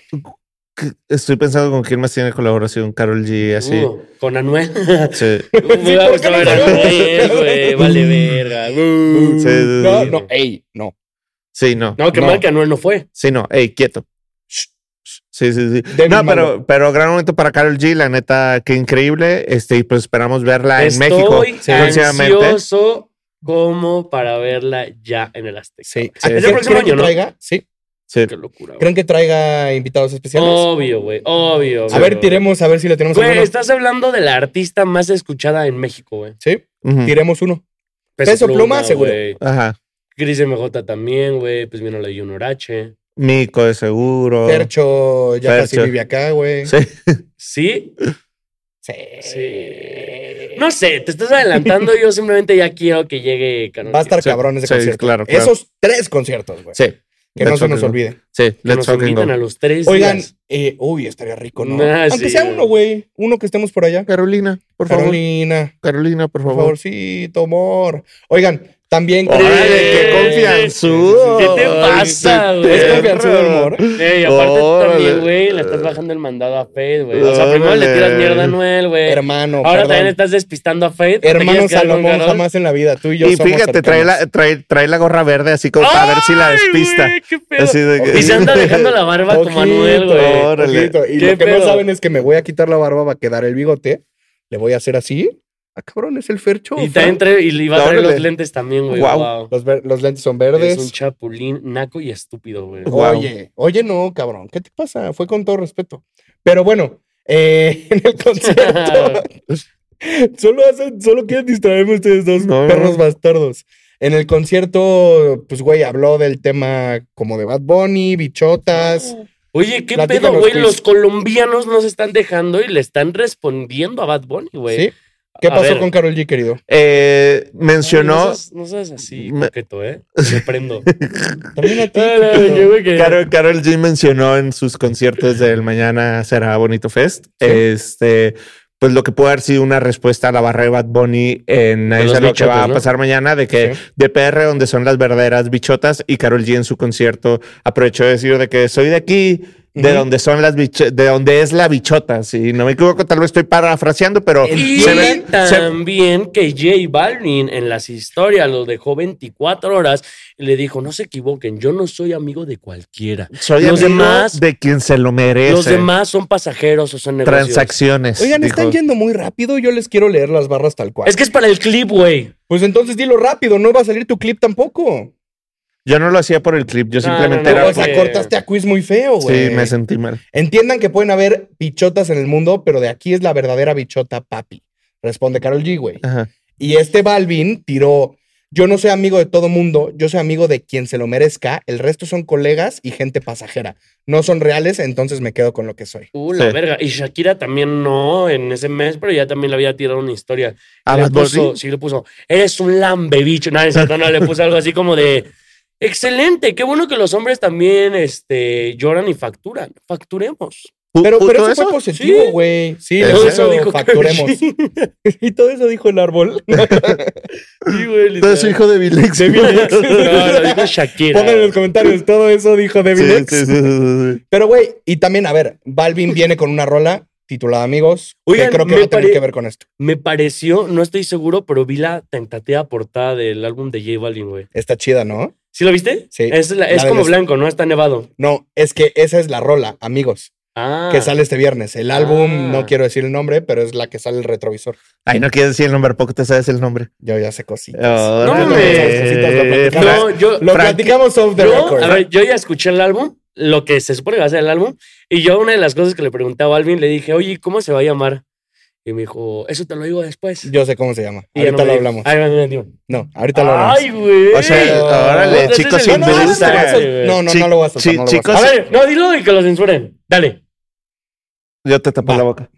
que- estoy pensando con quién más tiene colaboración Carol G. Así. uh, con Anuel. Sí. Me va a ¿por gustar qué ver no a salió? Anuel, güey. Vale verga. Uh. Sí, sí, No, sí. no, ey, no. Sí, no. No, qué No. mal que Anuel no fue. Sí, no. Ey, quieto. Shh, shh. Sí, sí, sí. Demi no, Malo. pero, pero gran momento para Carol G. La neta, qué increíble. Este, y pues esperamos verla Estoy en México próximamente. ansioso como para verla ya en el Azteca. Sí. ¿A Sí. ¿Es el quién quieren próximo Ah, que año, no? traiga? Sí. Sí. Qué locura, güey. ¿Creen que traiga invitados especiales? Obvio, güey. Obvio, a güey. ver, tiremos, a ver si le tenemos Güey, alguno. estás hablando de la artista más escuchada en México, güey. Sí, Ujú. tiremos uno. Peso Pluma, seguro. güey. Ajá. Cris MJ también, güey. Pues vino la Junior H. Mico de seguro. Percho ya casi Oh. Fercho. vive acá, güey. Sí. ¿Sí? Sí. Sí. No sé, te estás adelantando. yo simplemente ya quiero que llegue Karol Va a estar Sí, cabrón ese sí, concierto. claro, claro. Esos tres conciertos, güey. Sí. Que no Let's se nos fucking go. olvide. Sí, Que let's nos fucking invitan go. a los tres Oigan, días. eh, uy, estaría rico, ¿no? Ah, Aunque sí, sea güey. uno, güey. Uno que estemos por allá. Carolina, por favor. Carolina, Carolina, por por favor. favorcito, amor. Oigan, también. Órale, qué Eh, confianzudo. ¿qué te pasa, Ay, güey? qué Es perro. confianzudo el humor. Ey, aparte tú Órale. también, güey, le estás bajando el mandado a Fade, güey. O sea, primero le tiras mierda a Noel, güey. Hermano, Eh, Ahora también perdón. estás despistando a Fade. ¿Te Hermano quieres quedar con Salomón Karol? jamás en la vida. Tú y yo Y somos fíjate, trae cercanos. la, trae, trae la gorra verde así como para ver si la ¡Ay, despista. güey, qué pedo! Así de que- Y se anda dejando la barba Ojito, con Manuel, güey. Órale. ojito. Y ¿Qué lo que no pedo? saben es que me voy a quitar la barba para quedar el bigote. Le voy a hacer así. Ah, cabrón, es el fercho. Y, Fer. también trae- y le iba a traer Órale. los lentes también, güey. Guau. Wow. Los, ver- los lentes son Es un verdes. chapulín naco y estúpido, güey. Guau. Oye, oye, no, cabrón, ¿qué te pasa? Fue con todo respeto. Pero bueno, eh, en el concierto. solo, hacen, solo quieren distraerme ustedes dos No. perros bastardos. En el concierto, pues, güey, habló del tema como de Bad Bunny, bichotas. Oye, ¿qué Platícanos, pedo, güey? Chris. Los colombianos nos están dejando y le están respondiendo a Bad Bunny, güey. ¿Sí? ¿Qué A pasó ver. con Carol G, querido? Eh, Ay, mencionó. No seas, no seas así, Me- coqueto, ¿eh? Me prendo. También a ti. Yo, güey, que- Carol, Carol G mencionó en sus conciertos del mañana será Bonito Fest. Este, pues lo que puede haber sido una respuesta a la barra de Bad Bunny en De eso los es lo que va bichotes, a ¿no? pasar mañana, de que Sí. de PR, donde son las verdaderas bichotas, y Carol G en su concierto aprovechó de decir de que soy de aquí. De Ujú. donde son las bicho- de donde es la bichota, si no me equivoco, tal vez estoy parafraseando, pero Y se ve- se- también que J Balvin en las historias lo dejó 24 horas y le dijo, no se equivoquen, yo no soy amigo de cualquiera. soy Los amigo demás- de quien se lo merece. Los demás son pasajeros o son negocios. transacciones. Oigan, dijo. están yendo muy rápido. Yo les quiero leer las barras tal cual. Es que es para el clip, güey. Pues entonces dilo rápido. No va a salir tu clip tampoco. Yo no lo hacía por el clip, yo Ah, No, simplemente no, no, era o sea, porque- cortaste a quiz muy feo, güey. Sí, me sentí mal. Entiendan que pueden haber bichotas en el mundo, pero de aquí es la verdadera bichota, papi. Responde Carol G, güey. Ajá. Y este Balvin tiró, yo no soy amigo de todo mundo, yo soy amigo de quien se lo merezca, el resto son colegas y gente pasajera. No son reales, entonces me quedo con lo que soy. Uh, la Sí. verga. Y Shakira también no en ese mes, pero ya también le había tirado una historia. Ah, ¿A le pues, Bad Bunny? puso, sí, le puso, eres un lambebicho. No, es cierto, no, le puso algo así como de, excelente, qué bueno que los hombres también este, lloran y facturan. Facturemos. Pero, ¿Pu- pero puto eso, fue positivo, Sí. güey. Sí, Todo lo eso hizo, facturemos. Kevin. y todo eso dijo el árbol. Sí, güey, literal. Todo eso hijo de Bilex. De Bilex. No, lo dijo Shakira. Pongan en los comentarios, todo eso dijo Devin Sí, X. sí, sí, sí, sí. Pero, güey, y también, a ver, Balvin viene con una rola titulada Amigos, Oigan, que creo que me va a tener pare- que ver con esto. Me pareció, no estoy seguro, pero vi la tentativa portada del álbum de J Balvin, güey. Está chida, ¿no? ¿Sí lo viste? Sí. Es, la- es La de como los- blanco, ¿no? Está nevado. No, es que esa es la rola, Amigos, Ah. que sale este viernes. El álbum, Ah. no quiero decir el nombre, pero es la que sale el retrovisor. Ay, no quieres decir el nombre, poco te sabes el nombre. Yo ya sé cositas. Órale. hombre. Cositas, lo No, yo, Lo Frank- platicamos off the yo- record. a ver, yo ya escuché el álbum, lo que se supone que va a ser el álbum, y yo una de las cosas que le preguntaba a Balvin, le dije, oye, ¿cómo se va a llamar? Y me dijo, eso te lo digo después. Yo sé cómo se llama. Y ya ahorita no me lo dijo. hablamos. Ay, me metió. No, ahorita lo hablamos. Ay, güey. O sea, órale, Entonces chicos el No, no, no, no, sinvergüenza. no, güey. no, no, no lo voy a soltar. Chi- no lo voy a chicos, A soltar. ver, no, dilo y que lo censuren. Dale. Yo te tapé Va. la boca.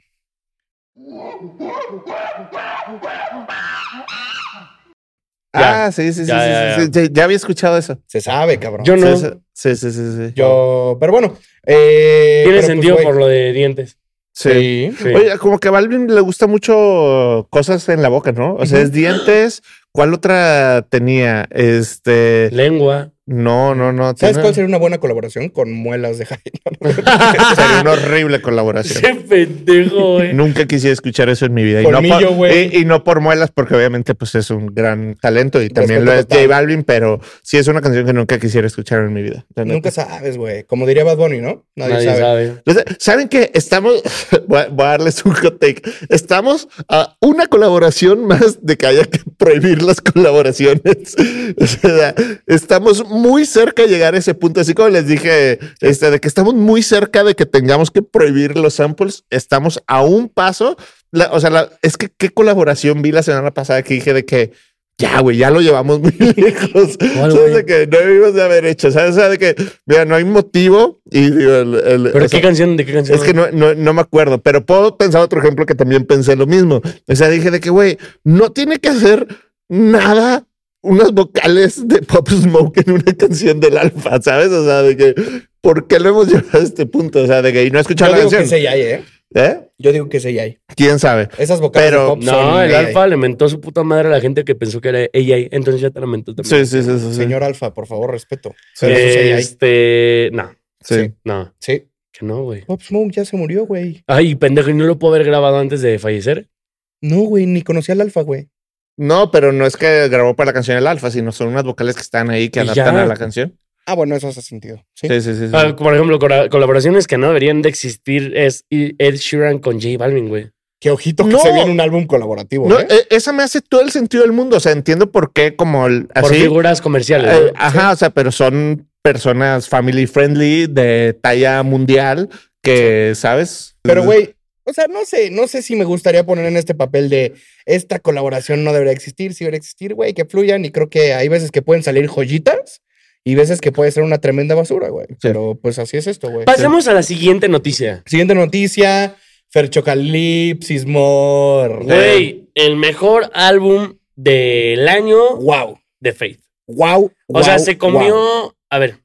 Ya, ah, sí, sí, sí, ya, sí, ya, sí, sí. Ya había escuchado eso. Se sabe, cabrón. Yo no. Sí, sí, sí, sí, sí. Yo, pero bueno. eh, Tiene pero pues, sentido güey, por lo de dientes. Sí. Sí. Sí. Oye, como que a Balvin le gusta mucho cosas en la boca, ¿no? O sea, es dientes. ¿Cuál otra tenía? Este. Lengua. No, no, no. ¿Sabes tiene- cuál sería una buena colaboración? Con muelas de Jaime. Sería una horrible colaboración. Ese pendejo, güey. Nunca quise escuchar eso en mi vida. Y no, Colmillo, por, güey. y- y no por muelas, porque obviamente pues es un gran talento y también Respeto lo es total. J Balvin, pero sí es una canción que nunca quisiera escuchar en mi vida. la neta. Nunca sabes, güey. Como diría Bad Bunny, ¿no? Nadie, Nadie sabe. sabe. Entonces, ¿Saben qué? Estamos, voy a, voy a darles un hot take. Estamos a una colaboración más de que haya que prohibir las colaboraciones. O sea, estamos muy cerca de llegar a ese punto. Así como les dije, este, de que estamos muy cerca de que tengamos que prohibir los samples, estamos a un paso. La- o sea, la- es que qué colaboración vi la semana pasada que dije de que ya, güey, ya lo llevamos muy lejos. ¿Cuál, ¿Sabes? güey? De que no debimos de haber hecho. ¿Sabes? O sea, de que, mira, no hay motivo. Y digo, el- el- o ¿Pero sea, qué canción? ¿De qué canción? es que no, no, no me acuerdo, pero puedo pensar otro ejemplo que también pensé lo mismo. O sea, dije de que, güey, no tiene que hacer nada unas vocales de Pop Smoke en una canción del Alfa, ¿sabes? O sea, de que, ¿por qué lo hemos llevado a este punto? O sea, de que y no escuchar Yo la digo canción. que se hay, ¿eh? ¿Eh? Yo digo que se hay. ¿Quién sabe? Esas vocales Pero- de pop No, son el AI. alfa alimentó su puta madre a la gente que pensó que era ella. Entonces ya te lamentó también. Sí, sí, sí, sí. sí. Señor Alfa, por favor, respeto. Sí, Pero eso es AI. este, no, Sí. sí. no, Sí. que no, güey. Pop Smoke ya se murió, güey. Ay, pendejo, ¿y no lo puedo haber grabado antes de fallecer? No, güey, ni conocí al Alfa, güey. No, pero no es que grabó para la canción del Alfa, sino son unas vocales que están ahí que Y adaptan ya. a la canción. Ah, bueno, eso hace sentido. Sí. Sí, sí, sí. sí. Ah, por ejemplo, cora- colaboraciones que no deberían de existir es Ed Sheeran con J Balvin, güey. Qué ojito que No. se viene un álbum colaborativo, No, ¿eh? e- esa me hace todo el sentido del mundo. O sea, entiendo por qué, como el- Por así. figuras comerciales. Eh, ¿no? ajá, o sea, pero son personas family friendly de talla mundial que, ¿sabes? Pero, güey, o sea, no sé, no sé si me gustaría poner en este papel de esta colaboración no debería existir, si debería existir, güey, que fluyan. Y creo que hay veces que pueden salir joyitas y veces que puede ser una tremenda basura, güey. Pero pues así es esto, güey. Pasemos a la siguiente noticia. Siguiente noticia: Ferchocalipsis, Mor. Güey, el mejor álbum del año Wow. de Faith. Wow. O sea, se comió. A ver,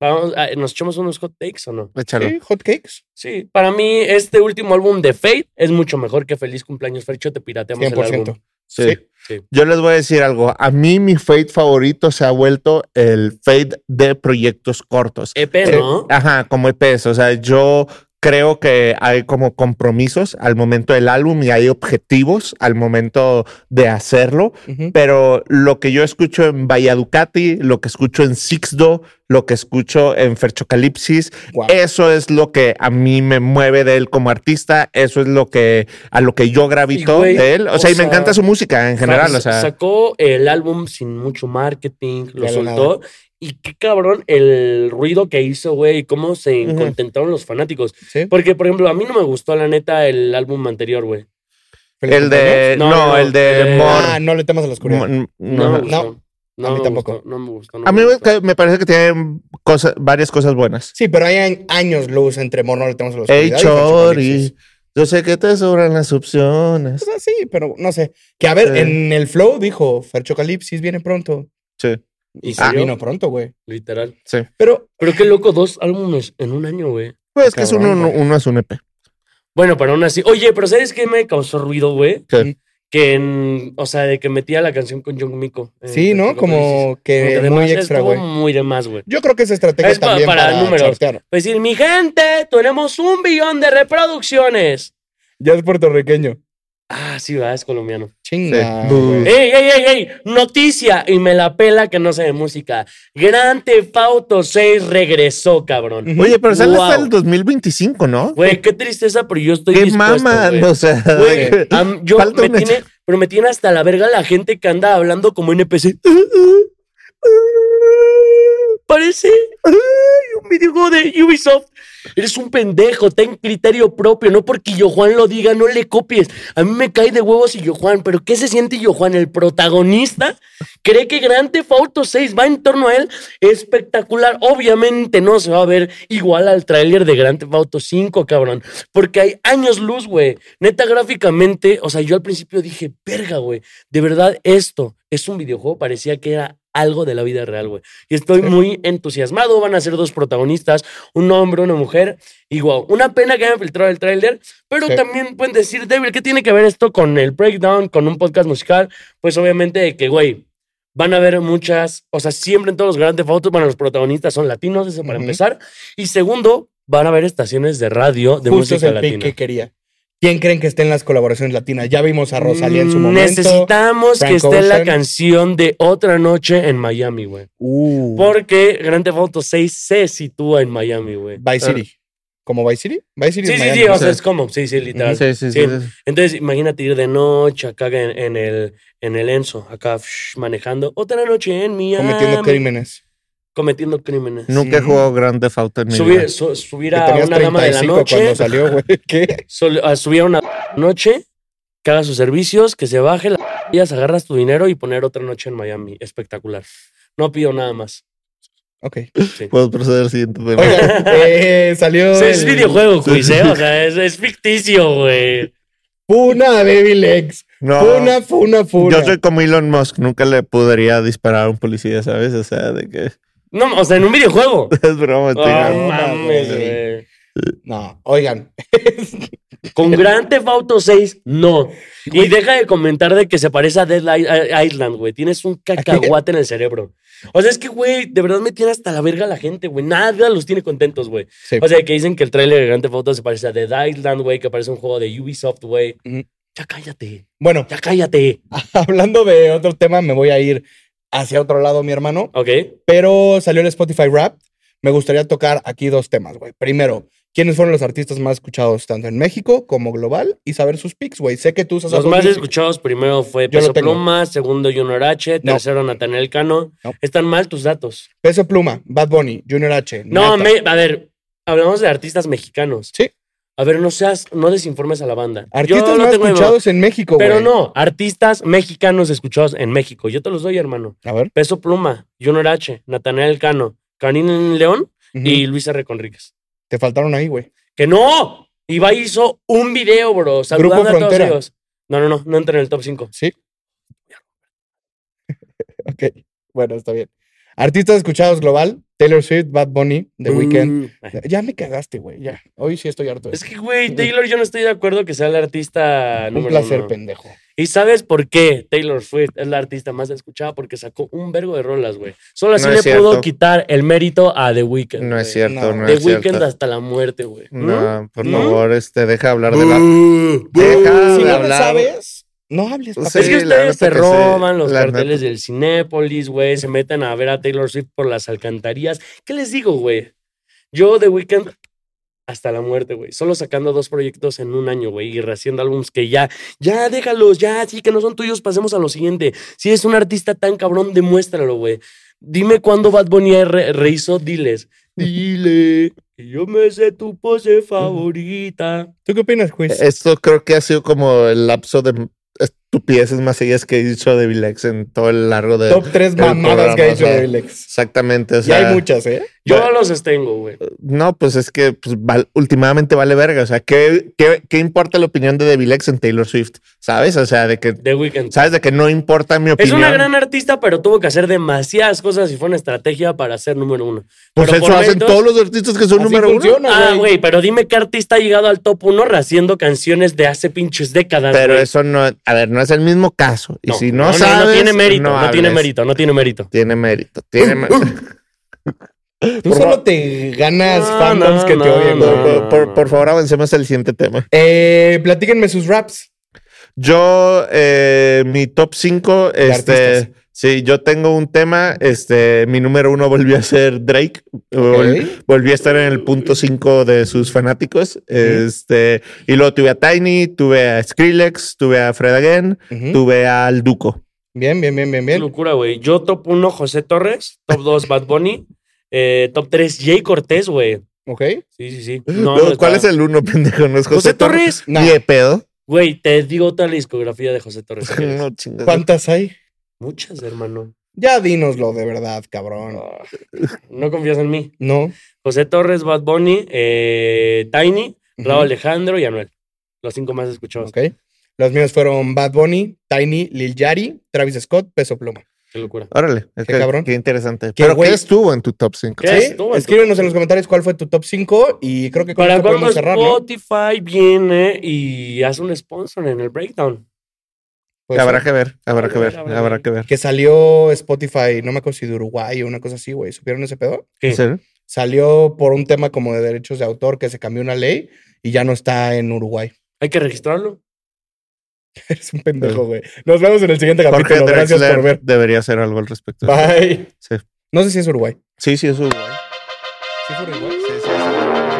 vamos a- ¿nos echamos unos hot takes o no? Échalo. hotcakes. Sí, para mí este último álbum de Faith es mucho mejor que Feliz Cumpleaños Fercho, te pirateamos el 100%. álbum. Sí. sí. Sí. Yo les voy a decir algo. A mí, mi fade favorito se ha vuelto el fade de proyectos cortos. EP, Eh, E ¿no? Ajá, como EPs. O sea, yo creo que hay como compromisos al momento del álbum y hay objetivos al momento de hacerlo. Ujú. Pero lo que yo escucho en Valladocati, lo que escucho en Sixdo, lo que escucho en Ferchocalipsis, Guau. eso es lo que a mí me mueve de él como artista, eso es lo que a lo que yo gravito Y, güey, de él. O, o sea, y me sea, encanta su música en general. Sa- O sea, Sacó el álbum sin mucho marketing, lo Ya de soltó. Y qué cabrón el ruido que hizo, güey, y cómo se Ujú. contentaron los fanáticos. Sí. Porque, por ejemplo, a mí no me gustó, la neta, el álbum anterior, güey. Feliz el cumpleaños. de No, no, no, el de el de- Mor- Ah, no le temas a la oscuridad. Mor- No, me no. gustó. No, a mí me tampoco. gustó, no me gustó. no A me mí me, gustó. ca- me parece que tiene cosas, varias cosas buenas. Sí, pero hay años luz entre Mor, no le temas a la oscuridad. Hey, y Ferchocalipsis. Chori, yo sé que te sobran las opciones. O sea, sí, pero no sé. Que a ver, Sí. en el flow dijo, Ferchocalipsis viene pronto. Sí, Y ¿Y sí salió? vino pronto, güey. Literal. sí. Pero Pero qué loco, dos álbumes en un año, güey. Pues que es uno, Cabrón, uno, güey. es un EP. Bueno, pero aún así. Oye, pero ¿sabes qué me causó ruido, güey? ¿Qué? Que en. O sea, de que metía la canción con John Mico. eh, sí, ¿no? Francisco Felices. Como que Como de muy más, extra, estuvo güey. Muy de más, güey. Yo creo que es estrategia Es pa- también para, para números. chartear. Pues decir, mi gente, tenemos un billón de reproducciones. Ya es puertorriqueño. Ah, sí, va, es colombiano. Chinga. Sí. güey. Eh, ¡Ey, ey, ey, ey! Noticia, y me la pela que no sé de música. Gran Auto 6 regresó, cabrón. Ujú. Oye, pero sale Wow. hasta el 2025, ¿no? Güey, qué tristeza, pero yo estoy Qué dispuesto, mama, güey. o sea, Güey, de que- am- yo Falta me una- tiene, pero me tiene hasta la verga la gente que anda hablando como NPC. Parece ay, un videojuego de Ubisoft. Eres un pendejo, ten criterio propio, no porque Yo Juan lo diga, no le copies. A mí me cae de huevos Yo Juan, pero ¿qué se siente Yo Juan? El protagonista cree que Grand Theft Auto 6 va en torno a él espectacular. Obviamente no se va a ver igual al tráiler de Grand Theft Auto 5, cabrón. Porque hay años luz, güey. Neta, gráficamente, o sea, yo al principio dije, verga, güey. De verdad, esto es un videojuego. Parecía que era algo de la vida real, güey. Y estoy muy entusiasmado. Van a ser dos protagonistas, un hombre, una mujer. Y wow, una pena que hayan filtrado el tráiler. Pero Sí. también pueden decir, Devil, ¿qué tiene que ver esto con el breakdown, con un podcast musical? Pues obviamente de que, güey, van a haber muchas, o sea, siempre en todos los grandes fotos, bueno, los protagonistas son latinos, eso para Ujú. empezar. Y segundo, van a haber estaciones de radio de Justo es música el pick latina. que quería. ¿Quién creen que esté en las colaboraciones latinas? Ya vimos a Rosalía en su momento. Necesitamos que Frank esté la Ocean. canción de Otra Noche en Miami, güey. Uh, Porque Grand Theft Auto 6 se sitúa en Miami, güey. Vice City. ¿Como Vice City? Vice City Sí, es sí, Miami, sí, ¿no? o sea, es como, sí, sí, literal. Sí, sí, sí, Sí. sí. Entonces, imagínate ir de noche acá en, en el, en el Enzo, acá psh, manejando Otra Noche en Miami. Cometiendo crímenes. cometiendo crímenes. Nunca he Sí. jugado Grand Theft Auto en mi vida. Subir, su- subir Que a tenías una dama de la 35 noche, cuando salió, güey. ¿Qué? sol- a subir ah, a una noche, que haga sus servicios, que se baje, la días, agarras tu dinero y poner otra noche en Miami. Espectacular. No pido nada más. Ok. Sí. Puedo proceder al siguiente tema. Oigan, eh, salió. Sí, es el videojuego, Sí. Luis, ¿eh? O sea, es, es ficticio, güey. Funa Devil X. No, Funa, funa, funa. yo soy como Elon Musk, nunca le podría disparar a un policía, ¿sabes? O sea, de que No, o sea, en un videojuego. es broma. estoy Ah, grabando. mames, sí. güey. No, oigan. Con Grand Theft Auto 6, no. Y deja de comentar de que se parece a Dead Li- a- Island, güey. Tienes un cacahuate en el cerebro. O sea, es que, güey, de verdad me tiene hasta la verga la gente, güey. Nada los tiene contentos, güey. Sí. O sea, que dicen que el tráiler de Grand Theft Auto se parece a Dead Island, güey, que parece un juego de Ubisoft, güey. Ujú. Ya cállate, bueno, ya cállate. hablando de otro tema, me voy a ir hacia otro lado, mi hermano. Ok, Pero salió el Spotify Rap. Me gustaría tocar aquí dos temas, güey. Primero, ¿quiénes fueron los artistas más escuchados tanto en México como global? Y saber sus picks, güey. Sé que tú usas los Apple más Music. escuchados primero fue Yo lo Peso tengo. Pluma, segundo Junior H, No. tercero Nathaniel Cano. No. Están mal tus datos. Peso Pluma, Bad Bunny, Junior H. No, Nata. me- a ver, hablamos de artistas mexicanos. Sí. A ver, no seas, no desinformes a la banda. Artistas Yo lo más tengo de memoria. escuchados en México, güey. Pero no, artistas mexicanos escuchados en México. Yo te los doy, hermano. A ver. Peso Pluma, Junior H, Nathaniel Cano, Karina León ujú, y Luis R. Conríquez. Te faltaron ahí, güey. ¡Que no! Ibai hizo un video, bro, saludando Grupo a todos Frontera. ellos. No, no, no, no entra en el top 5. Sí. ok. Bueno, está bien. Artistas escuchados global, Taylor Swift, Bad Bunny, The Weeknd. Ya me cagaste, güey. Ya. Hoy sí estoy harto. de Mm. Es esto. que, güey, Taylor, yo no estoy de acuerdo que sea el artista Un número placer, uno. pendejo. ¿Y sabes por qué Taylor Swift es la artista más escuchada? Porque sacó un vergo de rolas, güey. Solo así No le es cierto. pudo quitar el mérito a The Weeknd. No es güey. cierto, No. no, The es Weeknd cierto. hasta la muerte, güey. ¿Mm? ¿No? No, por ¿No? favor, este, deja hablar de Oh, la. Deja Si de no lo hablar. sabes, no hables. Sí, papá. Es que la ustedes neta se que sí, roban los la carteles del Cinépolis, güey. Se meten a ver a Taylor Swift por las alcantarillas. ¿Qué les digo, güey? Yo The Weeknd hasta la muerte, güey. Solo sacando dos proyectos en un año, güey. Y rehaciendo álbums que ya, ya déjalos, ya, sí que no son tuyos, pasemos a lo siguiente. Si es un artista tan cabrón, demuéstralo, güey. Dime cuándo Bad Bunny re- rehizo Diles. Dile que yo me sé tu pose Mm. favorita. ¿Tú qué opinas, Quiz? Esto creo que ha sido como el lapso de estupideces más seguidas que he dicho de Vilex en todo el largo de. Top 3 eh, el mamadas que ha programa, hecho o sea, Devil X. Exactamente. O Y sea, hay muchas, ¿eh? Yo Bueno. los sostengo, güey. No, pues es que pues, val- últimamente vale verga. O sea, ¿qué, qué, qué importa la opinión de Devilex en Taylor Swift? ¿Sabes? O sea, de que. The Weeknd. ¿Sabes? De que no importa mi Es opinión. una gran artista, pero tuvo que hacer demasiadas cosas y fue una estrategia para ser número uno. Pues Pero eso por hacen méritos- todos los artistas que son Así número uno. funciona, Ah, güey, pero dime qué artista ha llegado al top uno haciendo canciones de hace pinches décadas. Pero güey. eso no. A ver, no es el mismo caso. Y si no, sabes. no tiene mérito, no no, tiene hables. mérito, no tiene mérito. Tiene mérito. Tiene mérito. Tú Por solo favor. te ganas No, fandoms no, que te no, odien, no, güey. Por- por, por- por favor, avancemos al siguiente tema. Eh, platíquenme sus raps. Yo, eh, mi top 5, este. artistas. Sí, yo tengo un tema. Este, mi número uno volvió a ser Drake. Vol- Volví a estar en el punto 5 de sus fanáticos. Este, y luego tuve a Tiny, tuve a Skrillex, tuve a Fred Again, Ujú. tuve al Duco. Bien, bien, bien, bien, Qué bien. locura, güey. Yo top uno, José Torres. Top dos, Bad Bunny. eh, top tres, Jay Cortés, güey. Ok. Sí, sí, sí. No, Luego, no ¿Cuál es está. el uno, pendejo? ¿No es José, José Torres? Torres? No. Ni de pedo. Güey, te digo toda la discografía de José Torres. si quieres. No, chingas. ¿Cuántas hay? Muchas, hermano. Ya dínoslo de verdad, cabrón. Ah, No confías en mí. No. José Torres, Bad Bunny, eh, Tiny, Ujú. Raúl Alejandro y Anuel. Los cinco más escuchados. Ok. Los míos fueron Bad Bunny, Tiny, Lil Yari, Travis Scott, Peso Pluma. Qué locura. Órale, es Qué que- cabrón. qué interesante. Qué Pero güey. ¿qué estuvo en tu top 5? ¿Qué ¿Sí? estuvo en tu- Escríbenos en los comentarios cuál fue tu top 5 y creo que con Para esto cuando podemos cerrar, ¿no? Spotify viene y hace un sponsor en el breakdown. Pues, habrá que ver, habrá que ver, Habrá que habrá ver. que ver. Que salió Spotify, no me acuerdo si de Uruguay o una cosa así, güey. ¿Supieron ese pedo? ¿Qué? ¿En serio? Salió por un tema como de derechos de autor que se cambió una ley y ya no está en Uruguay. Hay que registrarlo. Eres un pendejo, güey. Nos vemos en el siguiente Jorge capítulo. Gracias Drexler por ver. debería hacer algo al respecto. Bye. Sí. No sé si es Uruguay. Sí, sí, eso. güey. ¿Sí es Uruguay? Sí, sí, sí.